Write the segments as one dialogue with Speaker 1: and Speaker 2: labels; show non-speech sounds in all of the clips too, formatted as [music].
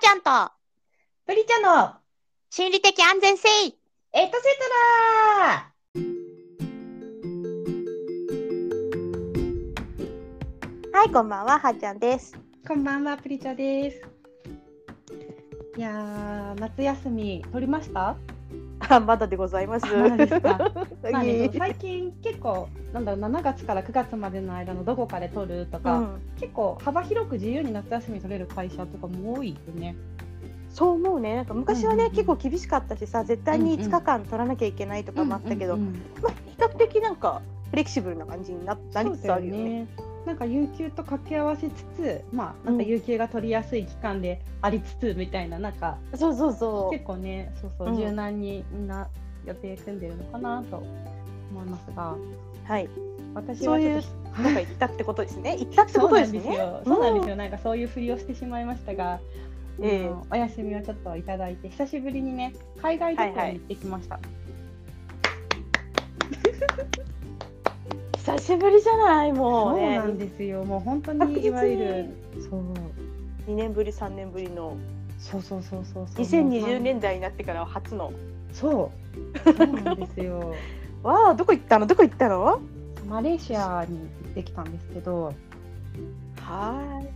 Speaker 1: ちゃんと
Speaker 2: プリチャの
Speaker 1: 心理的安全性
Speaker 2: エトセトラ
Speaker 1: はいこんばんははーちゃんです
Speaker 2: こんばんはプリチャですいやー夏休み取りました
Speaker 1: あまだでございます
Speaker 2: まだで
Speaker 1: [laughs]
Speaker 2: すかまあ
Speaker 1: い
Speaker 2: ね
Speaker 1: い、
Speaker 2: 最近結構なんだろう7月から9月までの間のどこかで取ると
Speaker 1: う
Speaker 2: か、
Speaker 1: ん、
Speaker 2: 結構幅広く自由に夏休み取れる会社とかも多いよね
Speaker 1: そう思うねなんか昔はね、
Speaker 2: うんうんうん
Speaker 1: 結構厳しかったしさ絶対に5日間取らなきゃいけないとかもあったけど、
Speaker 2: うんうんうん
Speaker 1: まあ、比較的なんかフレキシブルな感じになったりつつあるよね
Speaker 2: そうだよねなんか有給と掛け合わせつつ、まあ、なんか
Speaker 1: うん
Speaker 2: 有給が取りやすい期間でありつつみたいな、なんか
Speaker 1: そうそうそ
Speaker 2: 結構ね、そうそうう、
Speaker 1: ん
Speaker 2: 柔軟にみんな予定組んでるのかなと思いますが、
Speaker 1: うはい
Speaker 2: 私
Speaker 1: そ
Speaker 2: は
Speaker 1: う
Speaker 2: ち
Speaker 1: い
Speaker 2: ょ
Speaker 1: う
Speaker 2: っと。
Speaker 1: [laughs] とか言ったってことですね言ったって
Speaker 2: そ
Speaker 1: こ
Speaker 2: う
Speaker 1: と
Speaker 2: な
Speaker 1: で
Speaker 2: ん
Speaker 1: す
Speaker 2: です
Speaker 1: ね
Speaker 2: よ。そうなんですよ。なんかそういうふりをしてしまいましたが、
Speaker 1: ええ
Speaker 2: あのお休みをちょっといただいて、久しぶりにね、海外旅行に行ってきました。
Speaker 1: 久しぶりじゃないもう
Speaker 2: そう
Speaker 1: ね
Speaker 2: なんですよ。もう本当
Speaker 1: 確実
Speaker 2: に
Speaker 1: に
Speaker 2: いわゆる、そう、
Speaker 1: 2年ぶり3年ぶりの
Speaker 2: そうそうそうそうそう。
Speaker 1: 2020年代になってからは初の
Speaker 2: そう。そうなんですよ。 [laughs]
Speaker 1: わあどこ行ったのどこ行ったのは
Speaker 2: マレーシアに行ってきたんですけど
Speaker 1: ーい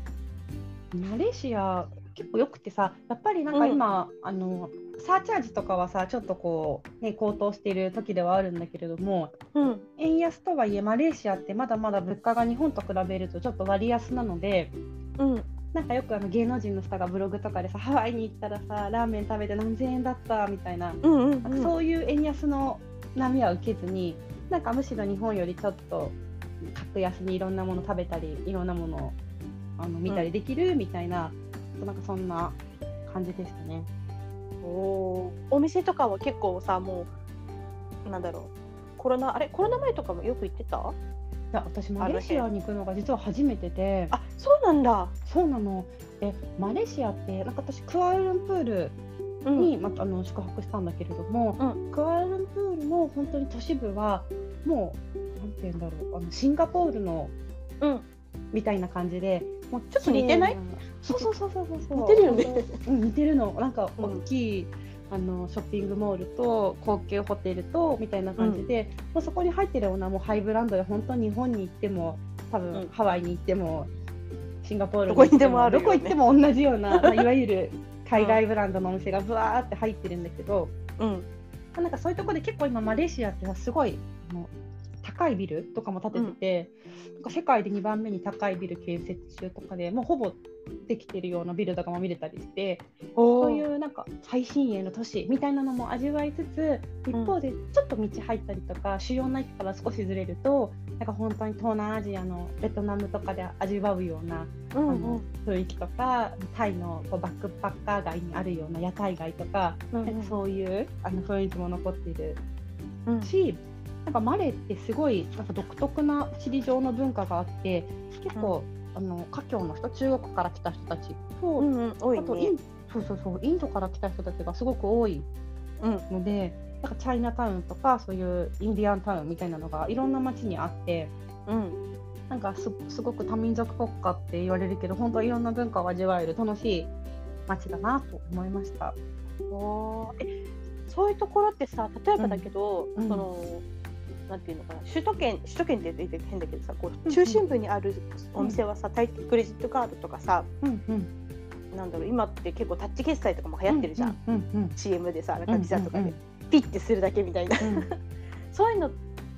Speaker 2: マレーシア結構よくてさやっぱりなんか今、あのサーチャージとかはさちょっとこう、ね、高騰している時ではあるんだけれども
Speaker 1: うん
Speaker 2: 円安とはいえマレーシアってまだまだ物価が日本と比べるとちょっと割安なので
Speaker 1: うん
Speaker 2: なんかよくあの芸能人の人がブログとかでさハワイに行ったらさラーメン食べて何千円だったみたいな
Speaker 1: うんうん
Speaker 2: なんかそういう円安の波は受けずに、なんかむしろ日本よりちょっと格安にいろんなもの食べたり、いろんなものをあの見たりできるみたいな、なんかそんな感じでしたね。
Speaker 1: おお店とかは結構さもうなんだろうコロナあれコロナ前とかもよく行ってた
Speaker 2: いや私マレーシアに行くのが実は初めてで、
Speaker 1: あそうなんだ、
Speaker 2: そうなの。でマレーシアってなんか私クアルンプール
Speaker 1: うん
Speaker 2: に、まあ、あの宿泊したんだけれども、
Speaker 1: う
Speaker 2: クアルンプールの本当に都市部はもうなんて言うんだろうあのシンガポールの
Speaker 1: うん
Speaker 2: みたいな感じで、もうちょっ
Speaker 1: と似てない
Speaker 2: そうそうそうそうそうそう。
Speaker 1: 似てるよね
Speaker 2: 本当。うん似てるの。なんか
Speaker 1: うん
Speaker 2: 大きい、あのショッピングモールと高級ホテルとみたいな感じで、もうそこに入ってるオーナーもハイブランドで本当に日本に行っても多分、
Speaker 1: うん
Speaker 2: ハワイに行ってもシンガポール
Speaker 1: どこにでもあるよ
Speaker 2: ど
Speaker 1: ね
Speaker 2: こ行っても同じような、まあ、いわゆる海外ブランドのお店がブワーって入ってるんだけど、
Speaker 1: うん
Speaker 2: まあなんかそういうところで結構今マレーシアってさすごいあの高いビルとかも建ててて、なんか世界で2番目に高いビル建設中とかでもうほぼできてるようなビルとかも見れたりして
Speaker 1: お
Speaker 2: そうい
Speaker 1: ー
Speaker 2: うなんか最新鋭の都市みたいなのも味わいつつ一方でちょっと道入ったりとか、主要な駅から少しずれるとなんか本当に東南アジアのベトナムとかで味わうような
Speaker 1: うん
Speaker 2: あ
Speaker 1: う
Speaker 2: の
Speaker 1: ん
Speaker 2: 雰囲気とかタイのこうバックパッカー街にあるような屋台街とか
Speaker 1: うん
Speaker 2: なんかそういうあの雰囲気も残っている
Speaker 1: うん
Speaker 2: し、なんかマレーってすごいなんか独特な地理上の文化があって結構、あの華僑の人中国から来た人たちと、
Speaker 1: うんうん多い
Speaker 2: あと
Speaker 1: ね
Speaker 2: インそうそうそうインドから来た人たちがすごく多い
Speaker 1: うん
Speaker 2: のでなんかチャイナタウンとかそういうインディアンタウンみたいなのがいろんな街にあって。
Speaker 1: うん
Speaker 2: なんかすすごく多民族国家って言われるけど本当はいろんな文化を味わえる楽しい街だなと思いました。
Speaker 1: おーえそういうところってさ例えばだけど、
Speaker 2: うんうん
Speaker 1: そのなんていうのかな首都圏首都圏って言って変だけどさこ
Speaker 2: う
Speaker 1: うん中心部にあるお店はさ、大抵クレジットカードとかさ
Speaker 2: うんうん、
Speaker 1: なんだろう今って結構タッチ決済とかも流行ってるじゃん、。
Speaker 2: うんうん、
Speaker 1: CM でさなん
Speaker 2: う
Speaker 1: か
Speaker 2: ん、
Speaker 1: ビザとか
Speaker 2: うん
Speaker 1: でピッてするだけみたいな、 [laughs]
Speaker 2: うんうん
Speaker 1: そういうの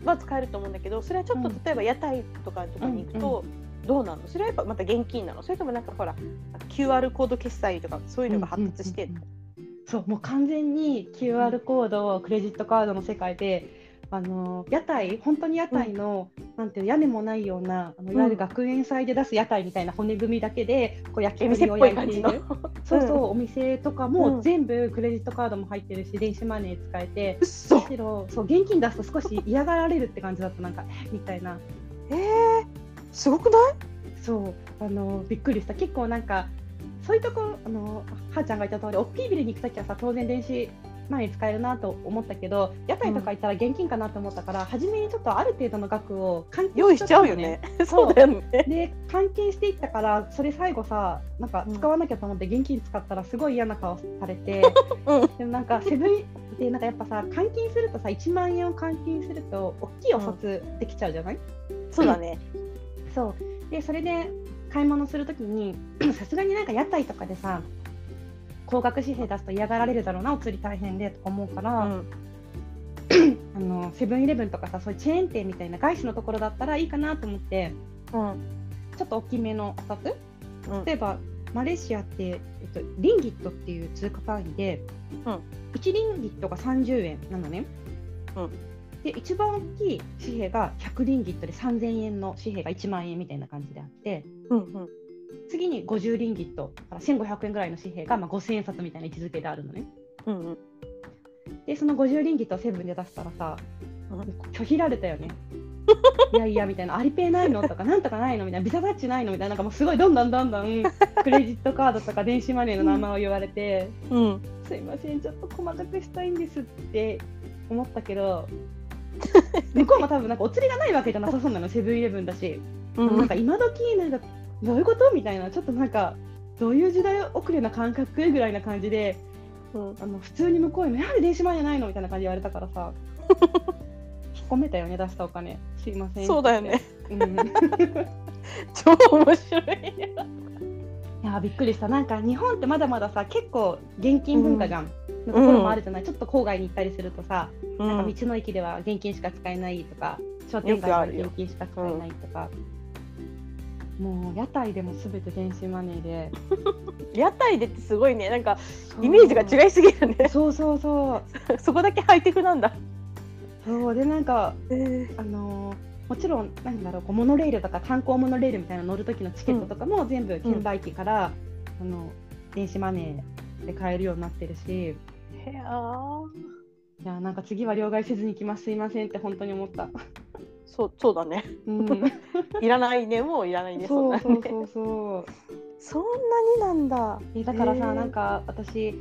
Speaker 1: は使えると思うんだけどそれはちょっと
Speaker 2: うん
Speaker 1: 例えば屋台とかのとかに行くと、どうなのそれはやっぱまた現金なのそれともなんかほら QR コード決済とかそういうのが発達してんの、
Speaker 2: [laughs] そうもう完全に QR コードをクレジットカードの世界で、あの屋台本当に屋台の、なんていうの屋根もないようなあのいわゆる学園祭で出す屋台みたいな骨組みだけでこう焼き
Speaker 1: お店
Speaker 2: 鳥
Speaker 1: っ
Speaker 2: を
Speaker 1: ぽい
Speaker 2: 焼い
Speaker 1: 感
Speaker 2: て
Speaker 1: じ
Speaker 2: い
Speaker 1: の。
Speaker 2: る。
Speaker 1: [laughs]
Speaker 2: そうそう、
Speaker 1: うん
Speaker 2: お店とか
Speaker 1: うん
Speaker 2: も全部クレジットカードも入ってるし、電子マネー使えて。
Speaker 1: うっそ
Speaker 2: むしろそう現金出すと少し嫌がられるって感じだったなんかみたいな
Speaker 1: えー、すごくない
Speaker 2: そうあのびっくりした結構なんかそういうとこあのはーちゃんが言った通り大きいビルに行くときはさ当然電子前に使えるなと思ったけど屋台とか行ったら現金かなと思ったから、初めにちょっとある程度の額を換
Speaker 1: 用意しちゃう
Speaker 2: た
Speaker 1: よ
Speaker 2: の
Speaker 1: ね。そうだよね。
Speaker 2: で換金していったからそれ最後さなんか使わなきゃと思って現金使ったらすごい嫌な顔されて、
Speaker 1: [laughs] うん
Speaker 2: でもなんかセブンでなんかやっぱさ換金するとさ1万円を換金すると大きいお札できちゃうじゃない、
Speaker 1: [laughs] そうだね。
Speaker 2: そうでそれで買い物するときに [clears throat] さすがになんか屋台とかでさ高額紙幣出すと嫌がられるだろうなお釣り大変でとか思うか
Speaker 1: う
Speaker 2: ら、
Speaker 1: ん。
Speaker 2: あのセブンイレブンとかさそういうチェーン店みたいな外資のところだったらいいかなと思って
Speaker 1: うん。
Speaker 2: ちょっと大きめのお札
Speaker 1: うん
Speaker 2: 例えばマレーシアって、えっと、リンギットっていう通貨単位で、
Speaker 1: うん
Speaker 2: 1リンギットが30円なのね、
Speaker 1: うん
Speaker 2: で一番大きい紙幣が100リンギットで3000円の紙幣が1万円みたいな感じであって
Speaker 1: うん。
Speaker 2: 次に50リンギットから1500円ぐらいの紙幣が、まあ、5000円札みたいな位置づけであるのね
Speaker 1: うん。うん。
Speaker 2: でその50リンギットをセブンで出したらさ、
Speaker 1: うん
Speaker 2: 拒否られたよね [laughs] いやいやみたいなアリペイないのとかなんとかないのみたいなビザタッチないのみたいななんかもうすごいどんどんどんどんクレジットカードとか電子マネーの名前を言われて、
Speaker 1: うん。
Speaker 2: すいませんちょっと細かくしたいんですって思ったけど向こうも多分なんかお釣りがないわけじゃなさそうなのセブンイレブンだし、
Speaker 1: うん。
Speaker 2: なんか今時なんかどういうことみたいなちょっとなんかどういう時代遅れな感覚ぐらいな感じで
Speaker 1: うん
Speaker 2: あの普通に向こうに「なんで電子マネーないの?」みたいな感じで言われたから
Speaker 1: [laughs]
Speaker 2: さ引っ込めたよね出したお金すいません
Speaker 1: そうだよね。
Speaker 2: って言って、
Speaker 1: 超面白い。
Speaker 2: うん、いやびっくりしたなんか日本ってまだまださ結構現金文化じゃん、のところもあるじゃない、ちょっと郊外に行ったりするとさ、
Speaker 1: う
Speaker 2: なんか
Speaker 1: ん。
Speaker 2: 道の駅では現金しか使えないとか商店街では現金しか使えないとか、もう屋台でも全て電子マネーで
Speaker 1: 屋台でってすごいね。なんかイメージが違いすぎる
Speaker 2: [laughs]
Speaker 1: ね。 [laughs]
Speaker 2: そうそうそう
Speaker 1: そこだけハイテクなんだ。
Speaker 2: そうでなんか
Speaker 1: うん
Speaker 2: あのーもちろんなんだろうこうモノレールとか観光モノレールみたいなの乗る時のチケットとかも全部券売機から、あの電子マネーで買えるようになってるし
Speaker 1: へあ。
Speaker 2: いやなんか次は両替せずに来ますすいませんって本当に思った、
Speaker 1: そうそうだね。
Speaker 2: [laughs] うん、
Speaker 1: いらないねもういらないね。そん
Speaker 2: そ
Speaker 1: な
Speaker 2: う
Speaker 1: ね
Speaker 2: そうそうそう
Speaker 1: そんなになんだ。
Speaker 2: えだから
Speaker 1: へ
Speaker 2: さ
Speaker 1: ー
Speaker 2: なんか私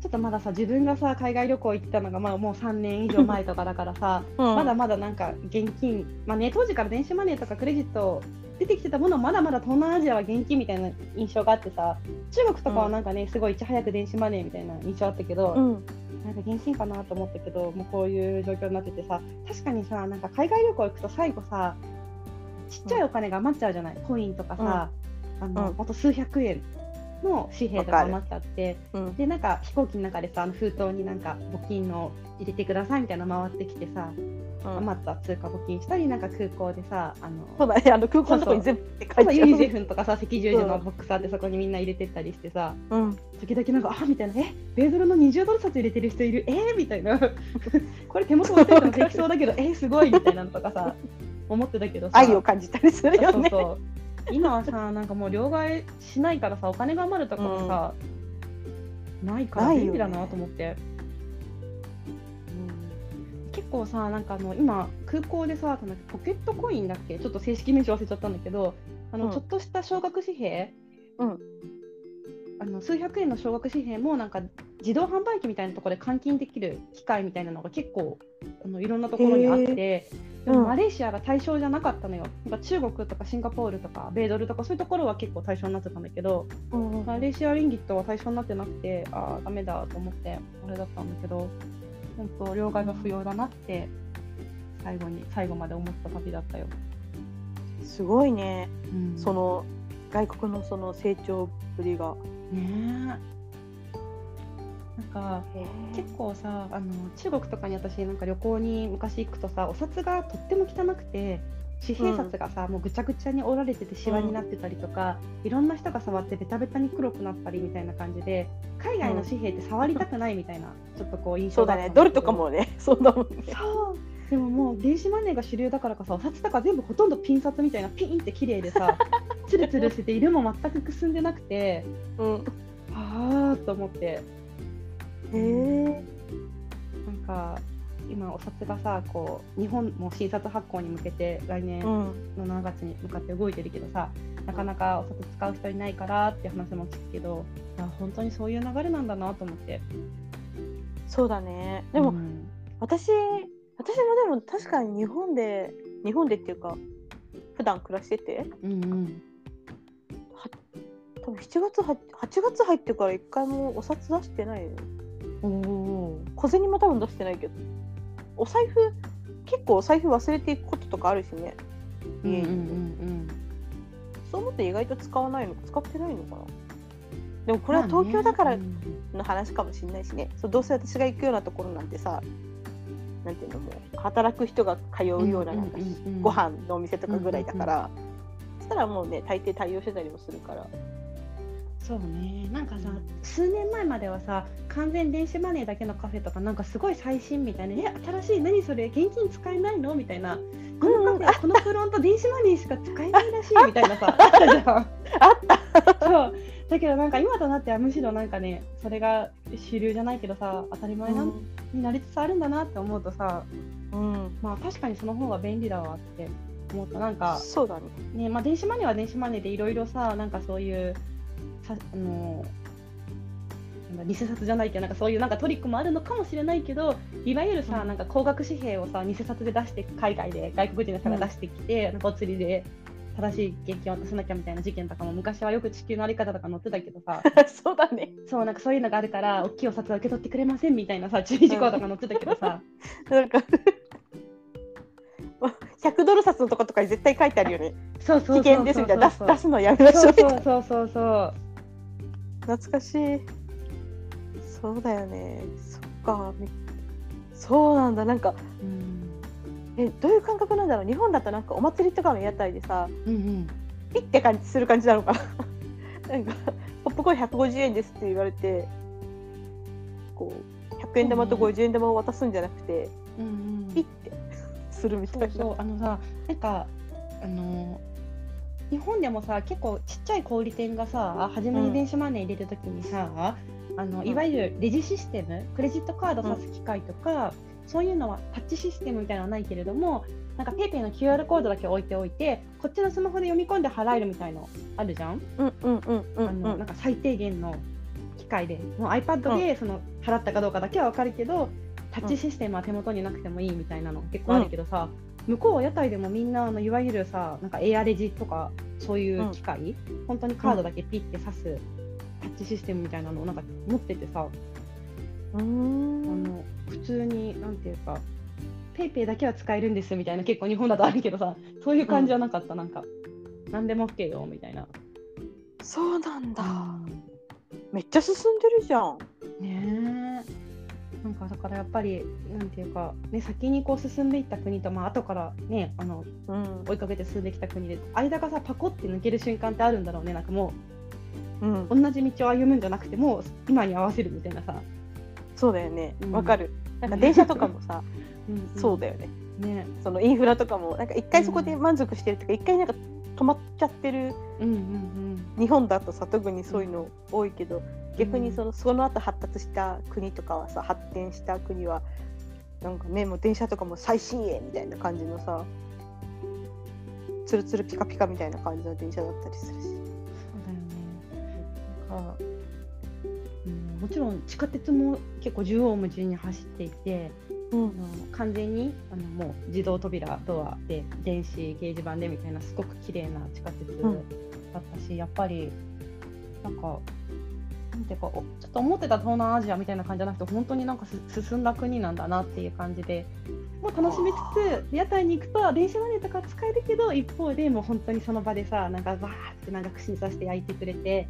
Speaker 2: ちょっとまださ自分がさ海外旅行行ったのが、まあ、もう3年以上前とかだからさ
Speaker 1: うん
Speaker 2: まだまだなんか現金、まあね、当時から電子マネーとかクレジット出てきてたものまだまだ東南アジアは現金みたいな印象があってさ中国とかはなんかね、すごいいち早く電子マネーみたいな印象あったけど、
Speaker 1: うん
Speaker 2: なんか現金かなと思ったけどもうこういう状況になっててさ確かにさなんか海外旅行行くと最後さちっちゃいお金が余っちゃうじゃない、コインとかさ、あの
Speaker 1: うん
Speaker 2: ほんと数百円の紙幣とか余っちゃって。
Speaker 1: うん
Speaker 2: でなんか飛行機の中でさあの封筒になんか募金の入れてくださいみたいなの回ってきてさ
Speaker 1: うん。
Speaker 2: 余った通貨募金したりなんか空港でさあの
Speaker 1: そうだねあの空港のとこに全部って書い
Speaker 2: まあ
Speaker 1: て
Speaker 2: ユニセ
Speaker 1: ある。
Speaker 2: フンとかさ赤十字のボックスあってそこにみんな入れてったりしてさ
Speaker 1: うん
Speaker 2: 時々なんかあみたいなえ米ドルの20ドル札入れてる人いるえー、みた
Speaker 1: [laughs]
Speaker 2: いなこれ手元押さえてもできそうだけどえー、すごいみたいなのとかさ思ってたけどさ
Speaker 1: 愛を感じたりするよね。
Speaker 2: そうそう今はさなんかもう両替しないからさお金が余るところさ、ないから
Speaker 1: ないよね
Speaker 2: 便利だなと思って。結構さなんかあの今空港でさなんかポケットコインだっけちょっと正式名称忘れちゃったんだけどあの、
Speaker 1: うん
Speaker 2: ちょっとした少額紙幣、
Speaker 1: うん
Speaker 2: あの数百円の少額紙幣もなんか自動販売機みたいなところで換金できる機械みたいなのが結構あのいろんなところにあって、でも
Speaker 1: うん
Speaker 2: マレーシアが対象じゃなかったのよなんか中国とかシンガポールとか米ドルとかそういうところは結構対象になってたんだけど
Speaker 1: うん
Speaker 2: マレーシアリンギットは対象になってなくてああダメだと思ってあれだったんだけど本当両替が不要だなって最後に最後まで思った旅だったよ、
Speaker 1: すごいね。
Speaker 2: うん
Speaker 1: その外国のその成長ぶりが。
Speaker 2: ねえなんか結構さあの中国とかに私なんか旅行に昔行くとさお札がとっても汚くて紙幣札がさ、もうぐちゃぐちゃに折られててシワになってたりとか、いろんな人が触ってベタベタに黒くなったりみたいな感じで海外の紙幣って触りたくないみたいな、ちょっとこう印
Speaker 1: そ
Speaker 2: 象
Speaker 1: うだ
Speaker 2: あ
Speaker 1: ね。
Speaker 2: った
Speaker 1: ド
Speaker 2: ん
Speaker 1: ル
Speaker 2: けど
Speaker 1: とかもね。 [laughs] そうだもんね。
Speaker 2: そうでももう電子マネーが主流だからかさお札とか全部ほとんどピン札みたいなピンって綺麗でさツルツルしてて色も全くくすんでなくて
Speaker 1: うん。
Speaker 2: あーと思って
Speaker 1: へえ。
Speaker 2: なんか今お札がさこう日本も新札発行に向けて来年の
Speaker 1: うん。
Speaker 2: 7月に向かって動いてるけどさ、なかなかお札使う人いないからって話も聞くけどいや本当にそういう流れなんだなと思って
Speaker 1: そうだねでも、
Speaker 2: うん
Speaker 1: 私私もでも確かに日本で日本でっていうか普段暮らしてて
Speaker 2: うんうん
Speaker 1: 多分7月は8月入ってから一回もお札出してないよ
Speaker 2: おお
Speaker 1: 小銭も多分出してないけどお財布結構お財布忘れていくこととかあるしね
Speaker 2: うんうん
Speaker 1: 家に、
Speaker 2: うん
Speaker 1: そう思って意外と使わないの使ってないのかなでもこ
Speaker 2: こ
Speaker 1: れは東京だから
Speaker 2: うん
Speaker 1: の話かもしれないしね、そうどうせ私が行くようなところなんてさなんていうのもう働く人が通うようななんか
Speaker 2: うんうんうんうん
Speaker 1: ご飯のお店とかぐらいだから、そしたらもうね大抵対応してたりもするから
Speaker 2: そうねなんかさ数年前まではさ完全電子マネーだけのカフェとかなんかすごい最新みたいな「え新しい何それ現金使えないの?」みたいな「このカフェ、このフロント電子マネーしか使えないらしい」みたいなさ [laughs] あったじゃん。そうだけどなんか今となってはむしろなんかねそれが主流じゃないけどさ当たり前な、
Speaker 1: うん
Speaker 2: になりつつあるんだなって思うとさ
Speaker 1: うん、
Speaker 2: まあ確かにその方が便利だわって思ったなんか
Speaker 1: そうだね
Speaker 2: ねまあ、電子マネーは電子マネーでいろいろさなんかそういうさあのなんだ偽札じゃないけどなんかそういうなんかトリックもあるのかもしれないけどいわゆるさ、
Speaker 1: うん
Speaker 2: なんか高額紙幣をさ偽札で出して海外で外国人の人が出してきて、なんかお釣りで正しい現金を渡さなきゃみたいな事件とかも昔はよく地球のあり方とか載ってたけどさ
Speaker 1: そうだね [laughs]
Speaker 2: そうなんかそういうのがあるから大きいお札は受け取ってくれませんみたいなさ注意事項とか載ってたけど [laughs] さ、
Speaker 1: なんか [laughs] 100ドル札のとことかに絶対書いてあるよね
Speaker 2: そう
Speaker 1: 危
Speaker 2: そうそう
Speaker 1: 険ですみたいな出す
Speaker 2: そう
Speaker 1: 出すのやめましょうみたいな
Speaker 2: [laughs] そうそうそうそう
Speaker 1: 懐かしいそうだよねそっかみそうなんだなんか
Speaker 2: うん
Speaker 1: えどういう感覚なんだろう日本だとなんかお祭りとかの屋台でさ
Speaker 2: うんうん
Speaker 1: ピッて感じする感じな [laughs] のかななんかポップコーン150円ですって言われてこう100円玉と
Speaker 2: そうね
Speaker 1: 50円玉を渡すんじゃなくて
Speaker 2: うんうん
Speaker 1: ピッてするみたい
Speaker 2: そ
Speaker 1: な
Speaker 2: うそうあのさなんかあの日本でもさ結構ちっちゃい小売店がさ初め
Speaker 1: う
Speaker 2: に
Speaker 1: ん
Speaker 2: 電子マネー入れるときにさ、あの
Speaker 1: ん
Speaker 2: いわゆるレジシステムクレジットカード
Speaker 1: うん
Speaker 2: 挿す機械とか、そういうのはタッチシステムみたいなのはないけれどもなんか PayPay の QR コードだけ置いておいてこっちのスマホで読み込んで払えるみたいのあるじゃん、
Speaker 1: うんうんうんう
Speaker 2: あ
Speaker 1: んう
Speaker 2: のなん
Speaker 1: ん
Speaker 2: か最低限の機械でもう iPad でその払ったかどうかだけは分かるけど、タッチシステムは手元になくてもいいみたいなの結構あるけどさ、向こうは屋台でもみんなあのいわゆるさなんかエアレジとかそういう機械、本当にカードだけピッて刺すタッチシステムみたいなのをなんか持っててさ、
Speaker 1: うーん
Speaker 2: あの普通になんていうか PayPay だけは使えるんですみたいな結構日本だとあるけどさそういう感じはなかった、なんか何でも OK よみたいな。
Speaker 1: そうなんだめっちゃ進んでるじゃん
Speaker 2: ねえなんかだからやっぱりなんていうか、ね、先にこう進んでいった国と、まあ後から、ね、あの
Speaker 1: うん
Speaker 2: 追いかけて進んできた国で間がさパコって抜ける瞬間ってあるんだろうねなんかも
Speaker 1: うん
Speaker 2: う同じ道を歩むんじゃなくてもう今に合わせるみたいなさ、
Speaker 1: そうだよね
Speaker 2: うん
Speaker 1: わかるなんか電車とかも
Speaker 2: [laughs]
Speaker 1: さそうだ
Speaker 2: よ
Speaker 1: よね
Speaker 2: ね、
Speaker 1: そのインフラとかもなんか一回そこで満足してるとか一回なんか止まっちゃってる
Speaker 2: うんうん
Speaker 1: 日本だとさ特にそういうの多いけど
Speaker 2: ん
Speaker 1: 逆にそのその後発達した国とかはさ発展した国はなんかねもう電車とかも最新鋭みたいな感じのさツルツルピカピカみたいな感じの電車だったりするし
Speaker 2: そうだよねなんか、うん、もちろん地下鉄も結構縦横無尽に走っていて
Speaker 1: うん
Speaker 2: あの完全にあのもう自動扉ドアで電子掲示板でみたいなすごく綺麗な地下鉄
Speaker 1: ん
Speaker 2: だったし、やっぱりなんかなんていうかおちょっと思ってた東南アジアみたいな感じじゃなくて本当になんかす進んだ国なんだなっていう感じでもう楽しみつつ屋台に行くと電子マネーとかは使えるけど一方でもう本当にその場でさなんかわーってなんか串に刺して焼いてくれて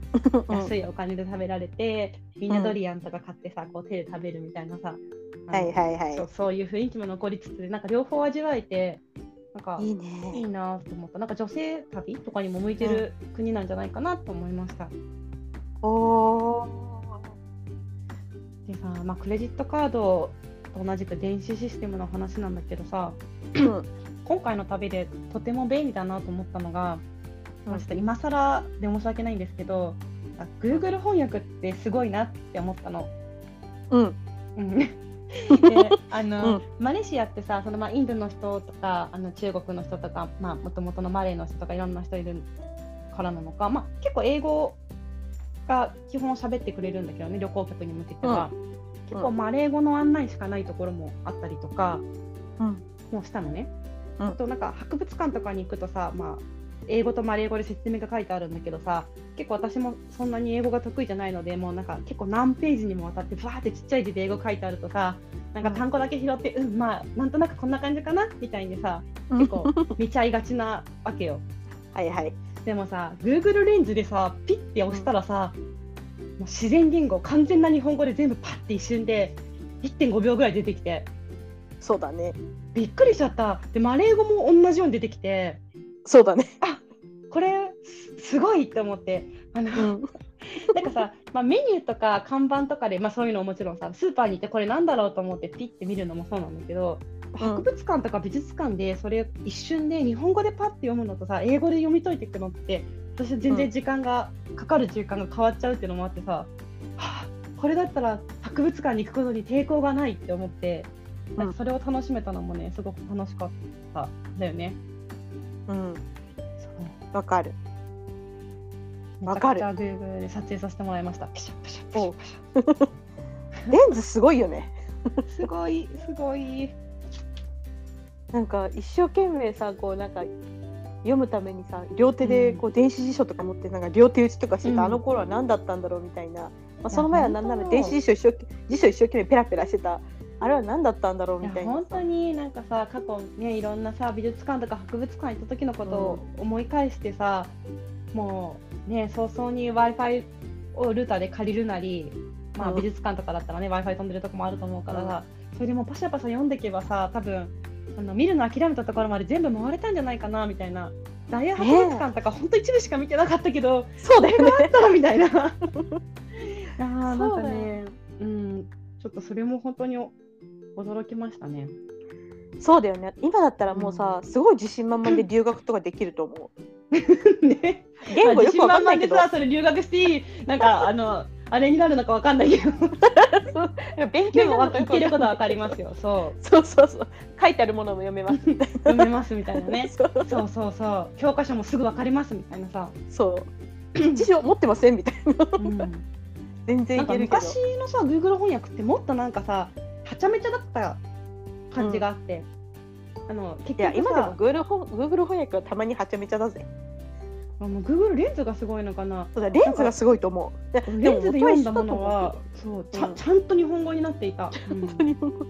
Speaker 2: 安いお金で食べられてみんなドリアンとか買ってさこう手で食べるみたいなさ。あの
Speaker 1: はいはいはい
Speaker 2: そうそういう雰囲気も残りつつなんか両方味わえてなんか
Speaker 1: いい
Speaker 2: いい
Speaker 1: ね
Speaker 2: なと思ったなんか女性旅とかにも向いてる国なんじゃないかなと思いました
Speaker 1: おー
Speaker 2: でさ、まあ、クレジットカードと同じく電子システムの話なんだけどさ
Speaker 1: うん
Speaker 2: 今回の旅でとても便利だなと思ったのが、
Speaker 1: うん
Speaker 2: [coughs] まあちょっと今更で申し訳ないんですけどあ Google 翻訳ってすごいなって思ったの。
Speaker 1: うん
Speaker 2: うん [laughs] であの、
Speaker 1: うん
Speaker 2: マレーシアってさその、まあ、インドの人とかあの中国の人とか、まあ、もともとのマレーの人とかいろんな人いるからなのか、まあ、結構英語が基本喋ってくれるんだけどね旅行客に向けては、
Speaker 1: う
Speaker 2: 結構マレー語の案内しかないところもあったりとか
Speaker 1: うん
Speaker 2: もしたのね、
Speaker 1: うん
Speaker 2: あとなんか博物館とかに行くとさ、まあ、英語とマレー語で説明が書いてあるんだけどさ結構私もそんなに英語が得意じゃないのでもうなんか結構何ページにもわたってバーってちっちゃい字で英語書いてあるとさなんか単語だけ拾ってうんまあなんとなくこんな感じかなみたいにさ結構見ちゃいがちなわけよ。
Speaker 1: [laughs] はいはい
Speaker 2: でもさ Google レンズでさピッて押したらさ、もう自然言語完全な日本語で全部パッて一瞬で1.5秒ぐらい出てきて
Speaker 1: そうだね
Speaker 2: びっくりしちゃったでマレー語も同じように出てきて
Speaker 1: そうだね
Speaker 2: これすすごいって思ってあの、
Speaker 1: うん
Speaker 2: なんかさ、まあ、メニューとか看板とかで、まあ、そういうのももちろんさスーパーに行ってこれなんだろうと思ってピッて見るのもそうなんだけど博物館とか美術館でそれ一瞬で日本語でパッて読むのとさ英語で読み解いていくのって私は全然時間が、かかる時間が変わっちゃうっていうのもあってさ、はあ、これだったら博物館に行くことに抵抗がないって思ってなんかそれを楽しめたのもねすごく楽しかったんだよね。
Speaker 1: うんわかるわかる
Speaker 2: めちゃくちゃ Google で撮影させてもらいました。ピシャピシャピシャピシャ
Speaker 1: レンズすごいよね
Speaker 2: すごいすごい。
Speaker 1: なんか一生懸命さこうなんか読むためにさ両手でこう電子辞書とか持ってなんか両手打ちとかしてた、
Speaker 2: うん
Speaker 1: あの頃は何だったんだろうみたいな、まあ、
Speaker 2: や
Speaker 1: その前はなんなら
Speaker 2: 本当
Speaker 1: 電子辞書一生懸辞書一生懸命ペラペラしてたあれは何だったんだろう
Speaker 2: い
Speaker 1: み
Speaker 2: や
Speaker 1: たいな
Speaker 2: 本当になんかさ過去ねいろんなさ美術館とか博物館行った時のことを思い返してさ、もうね早々に w i f i をルーターで借りるなり、まあ、
Speaker 1: うん
Speaker 2: 美術館とかだったらね w i f i 飛んでるとこもあると思うからさ、それでもうパシャパシャ読んでけばさ多分あの見るの諦めたところまで全部回れたんじゃないかなみたいな大英博物館とか本当一部しか見てなかったけど、
Speaker 1: そうだよね
Speaker 2: だったらみた
Speaker 1: [laughs]
Speaker 2: いな。あーなん
Speaker 1: そ
Speaker 2: か
Speaker 1: うだよ
Speaker 2: ね、うん、ちょっとそれも本当に驚きました
Speaker 1: [laughs]
Speaker 2: ね。
Speaker 1: そうだよね今だったらもうさ、すごい自信満々で留学とかできると思う
Speaker 2: ね
Speaker 1: 言語よくわかんないけ
Speaker 2: 自信満々で
Speaker 1: ど
Speaker 2: さそれ留学していいなん
Speaker 1: [laughs]
Speaker 2: かあのあれになるのかわかんないけど
Speaker 1: 勉
Speaker 2: で
Speaker 1: 強
Speaker 2: も
Speaker 1: も
Speaker 2: わ
Speaker 1: 分
Speaker 2: 言ってることはわかりますよそ
Speaker 1: [laughs] そうそうそう書いてあるものも読めますみたいう
Speaker 2: 読めますみたいな
Speaker 1: な [laughs]
Speaker 2: ね
Speaker 1: そう
Speaker 2: そうそうそう教科書もすぐわかりますみたいなさ、
Speaker 1: [clears throat] そう辞書持ってませんみたいな
Speaker 2: うん、な
Speaker 1: 全然い
Speaker 2: んか
Speaker 1: けるけど
Speaker 2: 昔のさ Google 翻訳ってもっとなんかさはちゃめちゃだった感じがあって、あの結
Speaker 1: いや
Speaker 2: 局
Speaker 1: 今でも
Speaker 2: さ
Speaker 1: Google, 翻 Google 翻訳はたまにはちゃめちゃだぜ
Speaker 2: もう Google レンズがすごいのかな
Speaker 1: そうだレンズがすごいと思ういや
Speaker 2: レンズで読んだ
Speaker 1: も
Speaker 2: ものはそうちゃ,、
Speaker 1: うん
Speaker 2: ちゃんと日本語になっていた、うん
Speaker 1: 元は知ったと思う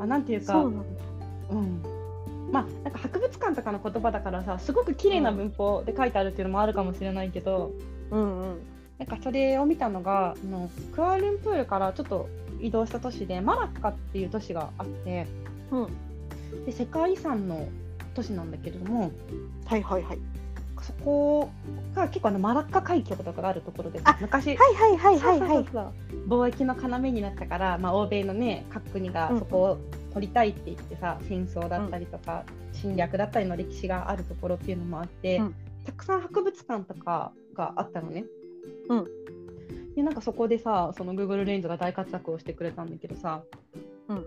Speaker 2: あなんていうか
Speaker 1: そうなんだ
Speaker 2: うん、まあなんか博物館とかの言葉だからさすごく綺麗な文法で書いてあるっていうのもあるかもしれないけど、
Speaker 1: うんうん
Speaker 2: なんかそれを見たのがあのクアラルンプールからちょっと移動した都市でマラッカっていう都市があって
Speaker 1: うん
Speaker 2: で世界遺産の都市なんだけれども
Speaker 1: はいはいはい
Speaker 2: そこが結構あのマラッカ海峡とかがあるところで
Speaker 1: あ
Speaker 2: 昔
Speaker 1: はいはいはいはいはい
Speaker 2: そうそうそうそう貿易の要になったから、まあ、欧米の、ね、各国がそこを取りたいって言ってさ、戦争だったりとか、侵略だったりの歴史があるところっていうのもあって、
Speaker 1: うん
Speaker 2: たくさん博物館とかがあったのね。
Speaker 1: うん
Speaker 2: でなんかそこでさその Google レンズが大活躍をしてくれたんだけどさ、
Speaker 1: うん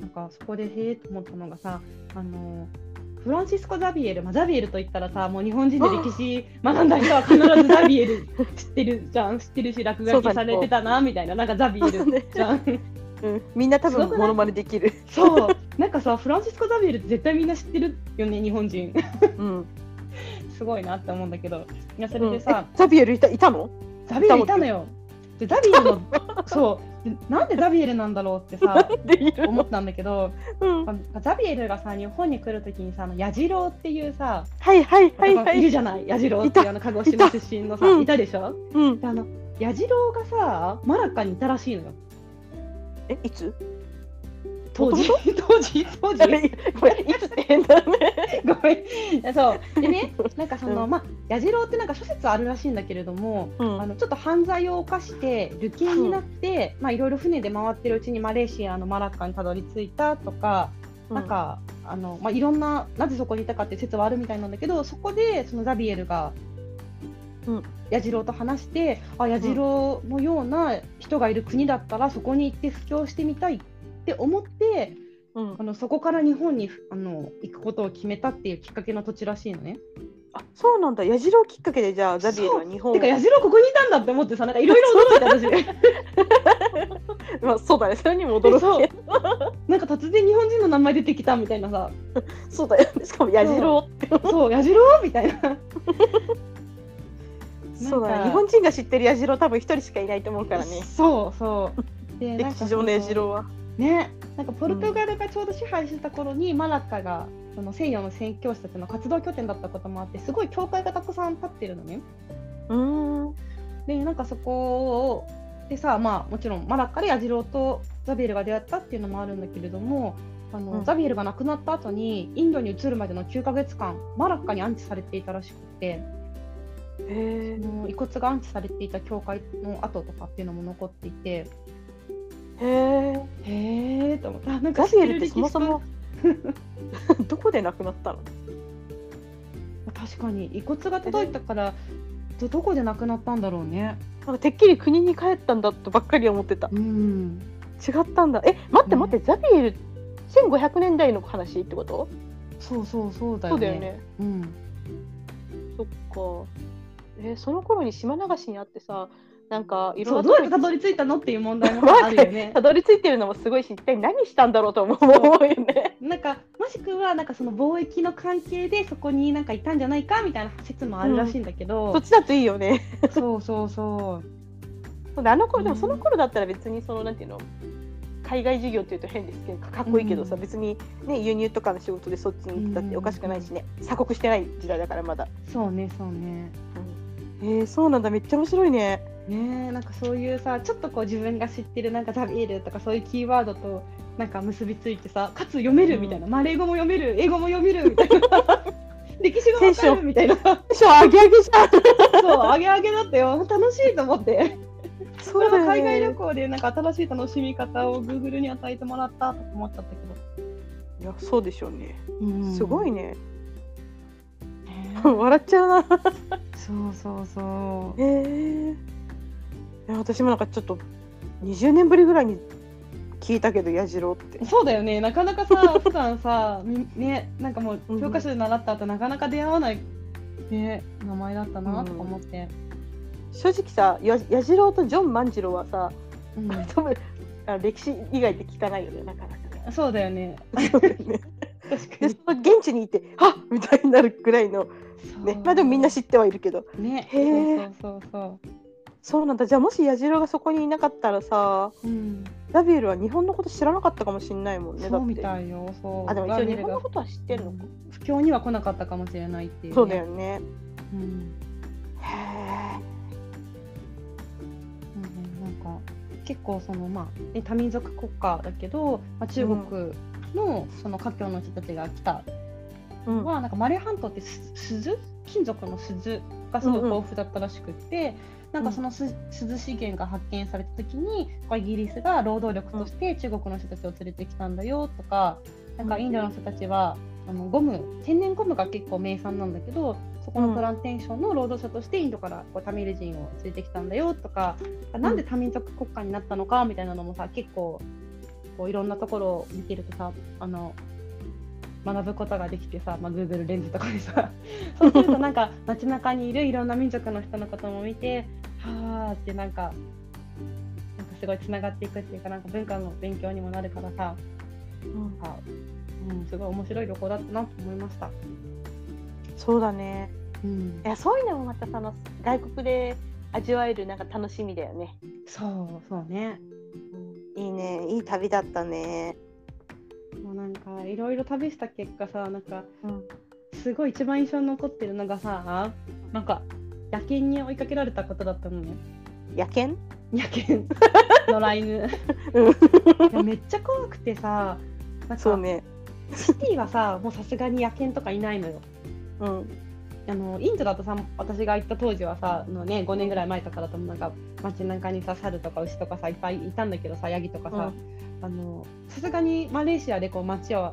Speaker 2: なんかそこでへえと思ったのがさあのフランシスコ・ザビエル、まあ、ザビエルと言ったらさもう日本人で歴史学んだ人は必ずザビエル知ってるじゃん知ってるし落書きされてたなみたいななんかザビエルじゃん
Speaker 1: [laughs] うんみんな多
Speaker 2: すごくな
Speaker 1: 分
Speaker 2: い
Speaker 1: モノマネできる
Speaker 2: そうなんかさフランシスコ・ザビエルって絶対みんな知ってるよね日本人 [laughs]
Speaker 1: うん
Speaker 2: すごいなって思うんだけどいやそれ
Speaker 1: うん
Speaker 2: で
Speaker 1: え
Speaker 2: さ、
Speaker 1: ザビエルいたいたの
Speaker 2: ザビエルいたのよでザビエルのそうでなんでザビエルなんだろうってさ
Speaker 1: でいる
Speaker 2: 思ったんだけど
Speaker 1: うん
Speaker 2: まあザビエルがさ日本に来るときにさあの矢次郎っていうさ
Speaker 1: はいはいはい
Speaker 2: 男
Speaker 1: は
Speaker 2: のいる
Speaker 1: い
Speaker 2: じゃない矢次郎っていうあの鹿児島出身のさ
Speaker 1: い
Speaker 2: い
Speaker 1: た
Speaker 2: たでしょ
Speaker 1: うん
Speaker 2: であの矢次郎がさマラッカにいたらしいのよ
Speaker 1: えいつ
Speaker 2: 当時当時当時
Speaker 1: あれごめんいつって変だ [laughs] ね
Speaker 2: ごめんそう
Speaker 1: [laughs]
Speaker 2: でねなんかその、
Speaker 1: うん
Speaker 2: まあ矢次郎ってなんか諸説あるらしいんだけれども
Speaker 1: うん
Speaker 2: あのちょっと犯罪を犯して流刑になって、まあいろいろ船で回ってるうちにマレーシアのマラッカにたどり着いたとか、なんかあの、まあ、いろんななぜそこにいたかっていう説はあるみたいなんだけどそこでそのザビエルが、
Speaker 1: うん
Speaker 2: 矢次郎と話してあ矢次郎のような人がいる国だったらそこに行って布教してみたいって思って
Speaker 1: うん
Speaker 2: あのそこから日本にあの行くことを決めたっていうきっかけの土地らしいのね。
Speaker 1: あそうなんだ矢印きっかけでじゃあザビエルは日本
Speaker 2: てか、矢代ここにいたん
Speaker 1: [laughs]
Speaker 2: だって思ってさ、なんかいろいろ驚いて私。
Speaker 1: まあ、そうだねそれにも驚
Speaker 2: そ
Speaker 1: く
Speaker 2: うなんか突然日本人の名前出てきたみたい
Speaker 1: [laughs]
Speaker 2: なさ、
Speaker 1: そうだよねしかも矢印
Speaker 2: そう、矢代みたいな。
Speaker 1: そうだ
Speaker 2: なん
Speaker 1: ね
Speaker 2: か
Speaker 1: 日本人が知ってる矢代多分一人しかいないと思うからね
Speaker 2: そうそう。で
Speaker 1: 歴史上の矢代。は
Speaker 2: ね、なんかポルトガルがちょうど支配してた頃に、マラッカがその西洋の宣教師たちの活動拠点だったこともあってすごい教会がたくさん立ってるのね。
Speaker 1: うーん
Speaker 2: でなんかそこをでさ、まあ、もちろんマラッカでヤジロウとザビエルが出会ったっていうのもあるんだけれどもあの、
Speaker 1: うん
Speaker 2: ザビエルが亡くなった後にインドに移るまでの9ヶ月間マラッカに安置されていたらしくて
Speaker 1: へ
Speaker 2: その遺骨が安置されていた教会の跡とかっていうのも残っていて
Speaker 1: えへえ
Speaker 2: へえと思ってあなんか
Speaker 1: ザ
Speaker 2: 知
Speaker 1: ビエ
Speaker 2: て
Speaker 1: ルっ
Speaker 2: る
Speaker 1: て
Speaker 2: 歴史
Speaker 1: そもそも [laughs] どこで亡くなったの
Speaker 2: 確かに遺骨が届いたからどどこで亡くなったんだろうね。
Speaker 1: なんかてっきり国に帰ったんだとばっかり思ってた
Speaker 2: うん
Speaker 1: 違ったんだえ待って待って、ザビエル1500年代の話ってこと
Speaker 2: そうそうそうだ
Speaker 1: そ
Speaker 2: よ
Speaker 1: う
Speaker 2: ね。
Speaker 1: だよね
Speaker 2: うん
Speaker 1: そっかえその頃に島流しにあってさなんかい
Speaker 2: そ
Speaker 1: ろ
Speaker 2: うんどうやって
Speaker 1: な
Speaker 2: た
Speaker 1: とこ
Speaker 2: どり着いたのっていう問題もあ
Speaker 1: [laughs] わ
Speaker 2: る
Speaker 1: か
Speaker 2: よ
Speaker 1: る
Speaker 2: ね。
Speaker 1: たどり着いてるのもすごいし一体何したんだろうとも思うよね
Speaker 2: なんかもしくはなんかその貿易の関係でそこになんかいたんじゃないかみたいな説もあるらしいんだけど、
Speaker 1: そっちだといいよね
Speaker 2: そうそうそう
Speaker 1: そうだあの頃
Speaker 2: うん
Speaker 1: でもその頃だったら別にそのなんていうの海外事業っていうと変ですけどかかっこいいけどさ、
Speaker 2: うん
Speaker 1: 別にね輸入とかの仕事でそっちに行ったっておかしくないしね、鎖国してない時代だからまだ、
Speaker 2: そうねそうね
Speaker 1: えー、そうなんだめっちゃ面白いね
Speaker 2: ねえなんかそういうさちょっとこう自分が知ってるなんかザビエルとかそういうキーワードとなんか結びついてさかつ読めるみたいな、マレー語も読める英語も読めるみたいな [laughs] 歴史がわかるみたいなそ
Speaker 1: しょあげあげじゃん
Speaker 2: うあげあげだったよ [laughs] 楽しいと思って。
Speaker 1: そ
Speaker 2: これ
Speaker 1: う
Speaker 2: は
Speaker 1: だ
Speaker 2: 海
Speaker 1: よ
Speaker 2: 外旅
Speaker 1: ね
Speaker 2: 行でなんか新しい楽しみ方を Google に与えてもらったと思っちゃったけ
Speaker 1: いやそうでしょうね、
Speaker 2: ど、
Speaker 1: すごいね [laughs]
Speaker 2: ね
Speaker 1: 笑っちゃうな
Speaker 2: そうそうそ
Speaker 1: えー、いや私もなんかちょっと20年ぶりぐらいに聞いたけど矢次郎って
Speaker 2: う。そうだよね、なかなかさ、普段さ、みね、なんかもう教科書で習った後、なかなか出会わない。ね、名前だったなとか思って。
Speaker 1: 正直さや矢次郎とジョン万次郎はさ
Speaker 2: うん
Speaker 1: 多分あの歴史以外って聞かないよねなかなかね。
Speaker 2: そうだよね。
Speaker 1: そうだよね
Speaker 2: 確か
Speaker 1: [laughs] で
Speaker 2: に
Speaker 1: そ。の現地にいて「はっ!」みたいになるぐらいのねまあでもみんな知ってはいるけど
Speaker 2: う。ね。
Speaker 1: へー
Speaker 2: そうそうそ
Speaker 1: そうなんだじゃあもし矢次郎がそこにいなかったらさ
Speaker 2: う。うん。
Speaker 1: ラビエルは日本のこと知らなかったかもしれないもんね
Speaker 2: そうみ
Speaker 1: だって
Speaker 2: たいよ。そう。
Speaker 1: あでも
Speaker 2: ガ
Speaker 1: 一応
Speaker 2: ブリエ
Speaker 1: 日
Speaker 2: ル
Speaker 1: 本
Speaker 2: が
Speaker 1: のことは知ってるのか、
Speaker 2: 不況には来なかったかもしれないっていう、ね。
Speaker 1: そうだよ。ね
Speaker 2: うん。
Speaker 1: へ
Speaker 2: うんうんなんか結構そのまあね多民族国家だけど、まあ、中国のその華僑の人たちが来た
Speaker 1: え、うん、
Speaker 2: のは、なんかマレー半島ってす鈴金属の鈴がすごい豊富だったらしくって、なんかそのす鈴資源が発見された時にこうイギリスが労働力として中国の人たちを連れてきたんだよとか、なんかインドの人たちはあのゴム天然ゴムが結構名産なんだけどそこのプランテーションの労働者としてインドからこうタミル人を連れてきたんだよとか、なんで多民族国家になったのかみたいなのもさ結構こういろんなところを見てるとさあの学ぶことができてさ、まあ、Google レンズとかで [laughs] さそうするとなんか街中にいるいろんな民族の人のことも見てはあってなんかなんかすごいつながっていくっていうかなんか文化の勉強にもなるからさ
Speaker 1: うん
Speaker 2: なんか、うん、すごい面白い旅行だったなと思いました。
Speaker 1: そうだね
Speaker 2: うん
Speaker 1: い、やそういうのもまたその外国で味わえるなんか楽しみだよね、
Speaker 2: そうそうね
Speaker 1: いいねいい旅だったね、
Speaker 2: もうなんかいろいろ旅した結果さなんか
Speaker 1: うん、
Speaker 2: すごい一番印象に残ってるのがさなんか野犬に追いかけられたことだったのね
Speaker 1: 野犬
Speaker 2: 野犬野良犬
Speaker 1: うん
Speaker 2: いやめっちゃ怖くてさなん
Speaker 1: そう
Speaker 2: か、
Speaker 1: ね
Speaker 2: シティはさもうさすがに野犬とかいないのよ
Speaker 1: うん
Speaker 2: あのインドだとさ私が行った当時はさあの、ね、5年ぐらい前とかだとなんか街中にさ猿とか牛とかさいっぱいいたんだけどさヤギとかさあのさすがにマレーシアでこう街を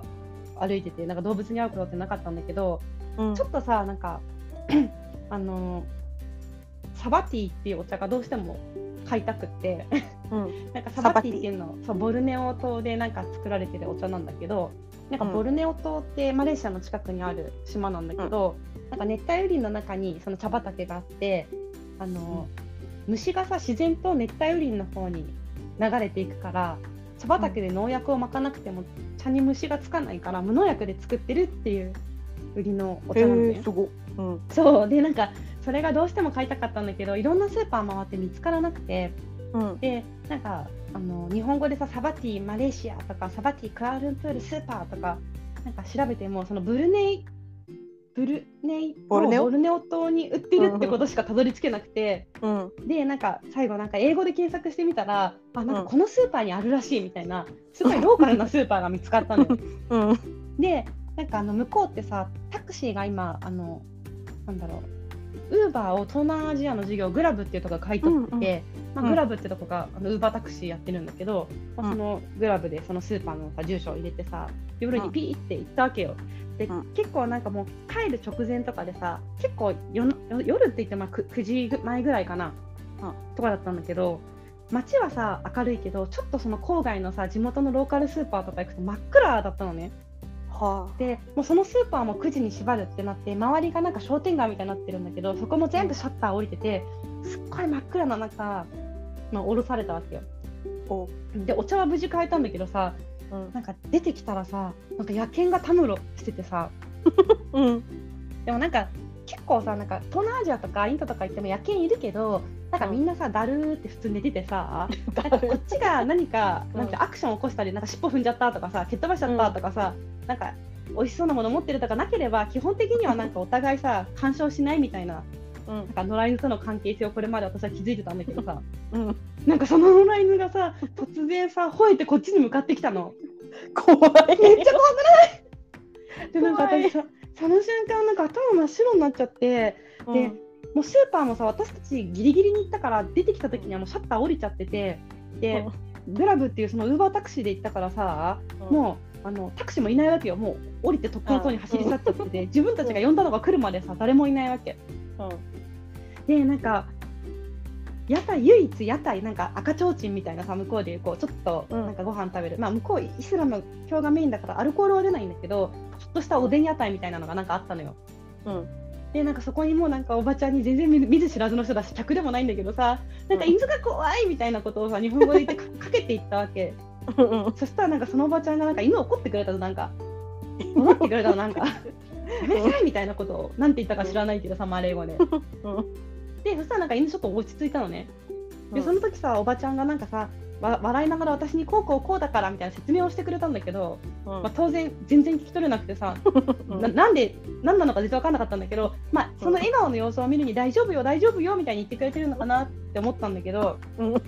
Speaker 2: 歩いててなんか動物に会うことってなかったんだけど
Speaker 1: うん
Speaker 2: ちょっとさなんか [clears throat] あのサバティーっていうお茶がどうしても買いたくって
Speaker 1: うん
Speaker 2: なんかサバティっていうのそうボルネオ島でなんか作られてるお茶なんだけどなんか
Speaker 1: うん
Speaker 2: ボルネオ島ってマレーシアの近くにある島なんだけど、なんか熱帯雨林の中にその茶畑があってあの、虫がさ自然と熱帯雨林の方に流れていくから茶畑で農薬をまかなくても茶に虫がつかないから無農薬で作ってるっていう売りのお
Speaker 1: へ
Speaker 2: 茶なんだよね
Speaker 1: ーすごいうん
Speaker 2: そうでなんかそれがどうしても買いたかったんだけどいろんなスーパー回って見つからなくて
Speaker 1: うん
Speaker 2: でなんかあの日本語でさサバティマレーシアとかサバティクアルンプールスーパーとかなんか調べてもそのブルネイブルネイ
Speaker 1: ボルネオ
Speaker 2: ボルネオ島に売ってるってことしかたどり着けなくて、
Speaker 1: うん
Speaker 2: でなんか最後なんか英語で検索してみたらあなんかこのスーパーにあるらしいみたいなすごいローカルなスーパーが見つかった
Speaker 1: [laughs]
Speaker 2: のよ。
Speaker 1: うん
Speaker 2: でなんかあの向こうってさタクシーが今あのなんだろうウーバーを東南アジアの事業グラブっていうとこが買い取ってて、
Speaker 1: ん
Speaker 2: まあ、グラブってとこがあのウーバータクシーやってるんだけど、まあ、
Speaker 1: う
Speaker 2: そ
Speaker 1: ん
Speaker 2: のグラブでそのスーパーのさ住所を入れてさ夜にピーって行ったわけよ。で、
Speaker 1: うん
Speaker 2: 結構なんかもう帰る直前とかでさ結構夜の夜って言ってまあ 9, 時前ぐらいかな、
Speaker 1: うん
Speaker 2: とかだったんだけど街はさ明るいけどちょっとその郊外のさ地元のローカルスーパーとか行くと真っ暗だったのね。
Speaker 1: は
Speaker 2: でもうそのスーパーも9時に縛るってなって周りがなんか商店街みたいになってるんだけどそこも全部シャッター降りててすっごい真っ暗な中、まあ、降ろされたわけよ
Speaker 1: あお
Speaker 2: でお茶は無事買えたんだけどさ
Speaker 1: うん
Speaker 2: なんか出てきたらさなんか野犬がたむろしててさ
Speaker 1: うん
Speaker 2: でもなんか結構さなんか東南アジアとかインドとか行っても野犬いるけどなんかみんなさだるーって普通寝ててさなんかこっちが何か
Speaker 1: うん
Speaker 2: なんかアクションを起こしたりなんか尻尾踏んじゃったとかさ蹴っ飛ばしちゃったとかさ、なんか美味しそうなもの持ってるとかなければ基本的にはなんかお互いさ干渉しないみたいな
Speaker 1: うん
Speaker 2: なんか野良犬との関係性をこれまで私は気づいてたんだけどさ
Speaker 1: うん
Speaker 2: なんかその野良犬がさ突然さ吠えてこっちに向かってきたの。
Speaker 1: 怖い
Speaker 2: めっちゃ怖くないでなんか
Speaker 1: 怖い
Speaker 2: 私さその瞬間なんか頭真っ白になっちゃって。でもうスーパーもさ私たちギリギリに行ったから出てきた時にはもうシャッター降りちゃっててでグラブっていうそのウーバータクシーで行ったからさ
Speaker 1: も
Speaker 2: もうあのタクシーもいないわけよもう降りて特攻塔に走り去っちゃってて自分たちが呼んだのが来るまでさ誰もいないわけ
Speaker 1: うん
Speaker 2: でなんか屋台唯一屋台なんか赤ちょうちんみたいなさ向こうでこうちょっと
Speaker 1: うん
Speaker 2: なんかご飯食べる、まあ向こうイスラム教がメインだからアルコールは出ないんだけどちょっとしたおでん屋台みたいなのがなんかあったのよ
Speaker 1: うん
Speaker 2: でなんかそこにもうなんかおばちゃんに全然見る見ず知らずの人だし客でもないんだけどさなんか
Speaker 1: うん
Speaker 2: 犬が怖いみたいなことをさ日本語で言ってかかけていったわけ
Speaker 1: うん
Speaker 2: そしたらなんかそのおばちゃんがなんか犬怒ってくれた
Speaker 1: [laughs]
Speaker 2: のなんか怒ってくれたのなんか「やめなさい」みたいなことをなんて言ったか知らないけどさマレー語で
Speaker 1: うん
Speaker 2: でそしたらなんか犬ちょっと落ち着いたのね
Speaker 1: う
Speaker 2: で
Speaker 1: ん
Speaker 2: その時さおばちゃんがなんかさわ笑いながら私にこうこうこうだからみたいな説明をしてくれたんだけど、
Speaker 1: うん
Speaker 2: まあ、当然全然聞き取れなくてさななんで何なのか全然分かんなかったんだけど、まあ、その笑顔の様子を見るに大丈夫よ大丈夫よみたいに言ってくれてるのかなって思ったんだけど、
Speaker 1: うん
Speaker 2: ま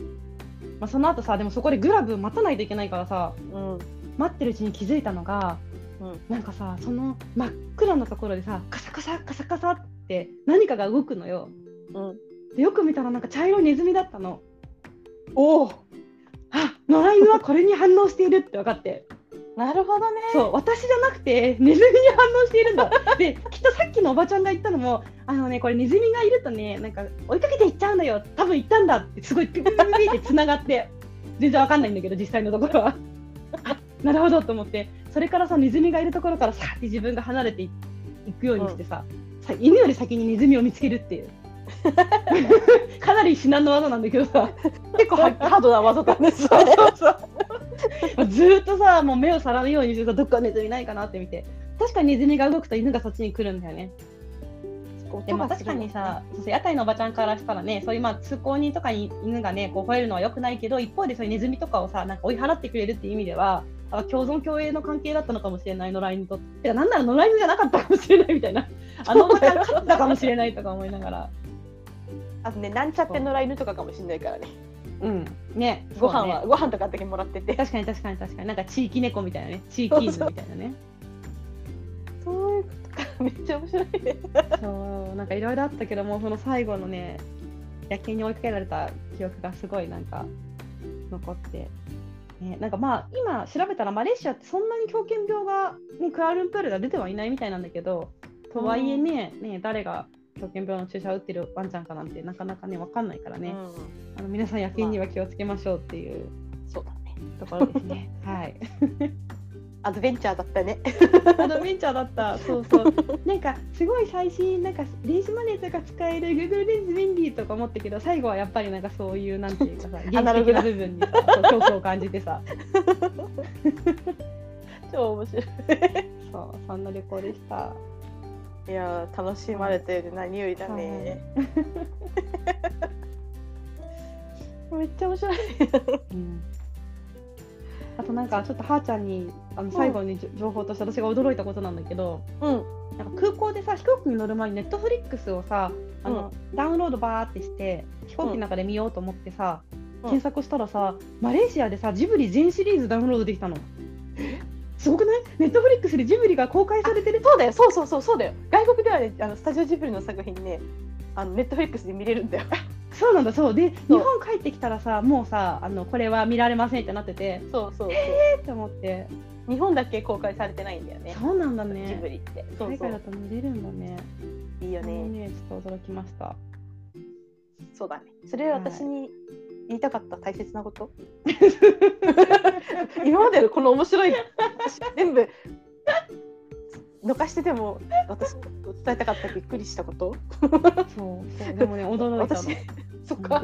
Speaker 2: あ、その後さでもそこでグラブ待たないといけないからさ
Speaker 1: うん
Speaker 2: 待ってるうちに気づいたのが、
Speaker 1: うん
Speaker 2: なんかさその真っ暗なところでさカサカサカサカサって何かが動くのよ
Speaker 1: うん
Speaker 2: でよく見たらなんか茶色いネズミだったの
Speaker 1: おお
Speaker 2: あ野良犬はこれに反応しているって分かって。
Speaker 1: なるほどね
Speaker 2: そう私じゃなくてネズミに反応しているんだできっとさっきのおばちゃんが言ったのもあのねこれネズミがいるとねなんか追いかけていっちゃうんだよ多分行ったんだってすごいピピピピピってつながって全然わかんないんだけど実際のところは [laughs] あなるほどと思ってそれからさネズミがいるところからさーって自分が離れていいくようにしてさ,、さ犬より先にネズミを見つけるっていう [laughs] かなり至難の技なんだけどさ
Speaker 1: 結構ハハードな技だねそれ
Speaker 2: そうそうそうずーっとさもう目を皿のようにしてさどっかネズミないかなって見て確かにネズミが動くと犬がそっちに来るんだよねでも確かにさそうそう屋台のおばちゃんからしたらねそういうまあ通行人とかに犬がねこう吠えるのは良くないけど一方でそういうネズミとかをさなんか追い払ってくれるっていう意味ではあ共存共栄の関係だったのかもしれない野良犬にとっててかなんなら野良犬じゃなかったかもしれないみたい [laughs] なあのおばちゃん勝ったかもしれないとか思いながら
Speaker 1: あとねなんちゃって野良犬とかかもしれないからね
Speaker 2: うんね
Speaker 1: ご飯
Speaker 2: そう
Speaker 1: は
Speaker 2: ね
Speaker 1: ご飯とかだけもらってて
Speaker 2: 確かに確かに確かになんか地域猫みたいなね地域犬みたいなね
Speaker 1: そういうことかめっちゃ面白いね
Speaker 2: そうなんかいろいろあったけどもその最後のね野犬に追いかけられた記憶がすごいなんか残って、ね、なんかまあ今調べたらマレーシアってそんなに狂犬病が、ね、クアルンプールが出てはいないみたいなんだけどとはいえねね誰が狂犬病の注射を打ってるワンちゃんかなんてなかなかね分かんないからね、
Speaker 1: うん、
Speaker 2: あの皆さん野犬には気をつけましょうっていう
Speaker 1: そうだね
Speaker 2: ところです
Speaker 1: [laughs]
Speaker 2: ね。はい
Speaker 1: アドベンチャーだったね
Speaker 2: アドベンチャーだった。そうそう。なんかすごい最新なんか電子マネーとか使える Google レンズ便利とか思ったけど、最後はやっぱりなんかそういうなんていうかさ、
Speaker 1: [laughs] アナ
Speaker 2: 原
Speaker 1: ログ
Speaker 2: 始的
Speaker 1: な
Speaker 2: な部分にさ、そう恐怖を感じてさ、
Speaker 1: 超面白い
Speaker 2: そうそんな旅行でした。
Speaker 1: いやー楽しまれてる何よりだね、めっちゃ面白い
Speaker 2: うん。あとなんかちょっとはーちゃんにあの最後にじょ情報として私が驚いたことなんだけど、
Speaker 1: うん
Speaker 2: なんか空港でさ飛行機に乗る前にネットフリックスをさあの、ダウンロードバーってして飛行機の中で見ようと思ってさ、
Speaker 1: うん
Speaker 2: 検索したらさマレーシアでさジブリ全シリーズダウンロードできたの。すごくないネットフリックスでジブリが公開されてる
Speaker 1: そうだよそうそうそうそうだよ外国ではねあのスタジオジブリの作品ねあのネットフリックスで見れるんだよ
Speaker 2: そうなんだそうで日
Speaker 1: そう
Speaker 2: 本帰ってきたらさもうさあのこれは見られませんってなってて
Speaker 1: [laughs] そうそうそう
Speaker 2: えーって思って
Speaker 1: 日本だけ公開されてないんだよね
Speaker 2: そうなんだ
Speaker 1: ジブ
Speaker 2: ね
Speaker 1: リってそう
Speaker 2: 海
Speaker 1: そ
Speaker 2: 外だ
Speaker 1: う
Speaker 2: と見れるんだね
Speaker 1: いいよ
Speaker 2: あの
Speaker 1: ね
Speaker 2: ねちょっと驚きました
Speaker 1: そうだねそれは私に言いたかった大切なこと今までのこの面白い全部逃してても私に伝えたかったびっくりしたこと
Speaker 2: そうそうでもね驚いた
Speaker 1: 私
Speaker 2: の
Speaker 1: そっか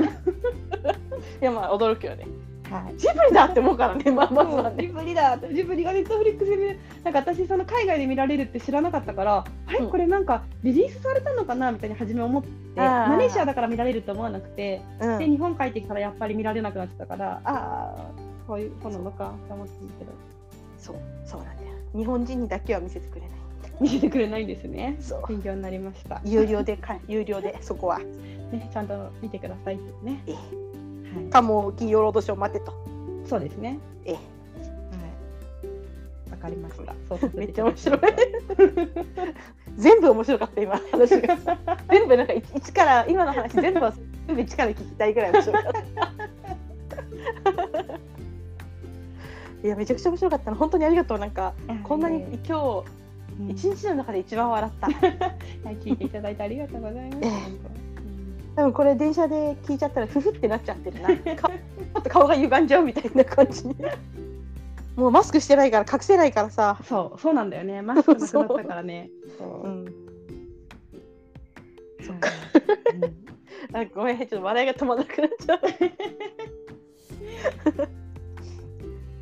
Speaker 1: いやまあ驚くよね
Speaker 2: はい
Speaker 1: ジブリだって思うからねまあまずは
Speaker 2: ジ
Speaker 1: ね
Speaker 2: ブリだジブリがネットフリックスで見れるなんか私その海外で見られるって知らなかったから、あれ
Speaker 1: うん
Speaker 2: これなんかリリースされたのかなみたいに初め思って
Speaker 1: あー
Speaker 2: マレーシアだから見られると思わなくて、
Speaker 1: うん
Speaker 2: で日本帰ってきたらやっぱり見られなくなってたからああこういうこなのかって思ってたけど
Speaker 1: そうそうなんだよ日本人にだけは見せてくれない
Speaker 2: 見せてくれないんですね
Speaker 1: そう
Speaker 2: 勉強になりました、
Speaker 1: 有料でか有料でそこは
Speaker 2: ね、ちゃんと見てくださいってね、
Speaker 1: ええ
Speaker 2: は
Speaker 1: かも金曜ロードショー待てと
Speaker 2: い、そうですね
Speaker 1: ええ
Speaker 2: はいわかりましたそうさせて
Speaker 1: め
Speaker 2: い
Speaker 1: ったちゃ
Speaker 2: だ
Speaker 1: 面
Speaker 2: き
Speaker 1: 白い
Speaker 2: ます
Speaker 1: 全部面白かった今話が全部なんか一一から今の話全部は全部一から聞きたいぐらい面白かったいやめちゃくちゃ面白かったの本当にありがとうなんかこんなに
Speaker 2: え
Speaker 1: 今日
Speaker 2: え
Speaker 1: 一日の中で一番笑った
Speaker 2: はい、聞いていただいてありがとうございま
Speaker 1: え
Speaker 2: す
Speaker 1: え。多分これ電車で聞いちゃったらフフってなっちゃってるなかちょっと顔が歪んじゃうみたいな感じにもうマスクしてないから隠せないからさ
Speaker 2: そう、そうなんだよね。マスクなくなったからね。そう
Speaker 1: う
Speaker 2: うん
Speaker 1: ん
Speaker 2: そう
Speaker 1: あごめんちょっと笑いが止まらなくなっちゃう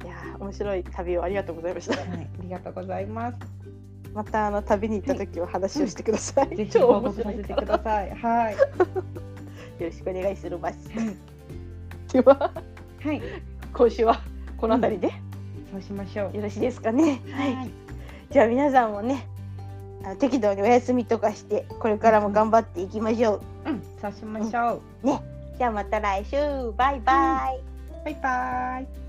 Speaker 1: いやー面白い旅をありがとうございました [laughs]
Speaker 2: はい、ありがとうございます。
Speaker 1: またあの旅に行った時は話をしてください、
Speaker 2: ぜひ
Speaker 1: 超
Speaker 2: 報
Speaker 1: 面
Speaker 2: 告
Speaker 1: 白
Speaker 2: さ
Speaker 1: い
Speaker 2: せて
Speaker 1: か
Speaker 2: く
Speaker 1: らよ
Speaker 2: ださい。はい。
Speaker 1: ろしくお願いしますでは
Speaker 2: はい、
Speaker 1: 今週はこの辺りで
Speaker 2: そうしましょう。
Speaker 1: よろしいですかね、はい
Speaker 2: い、
Speaker 1: じゃあ皆さんもねあの適度にお休みとかしてこれからも頑張っていきましょう
Speaker 2: うん、そうしましょう。
Speaker 1: じゃあまた来週バイバイ、
Speaker 2: バイバイ。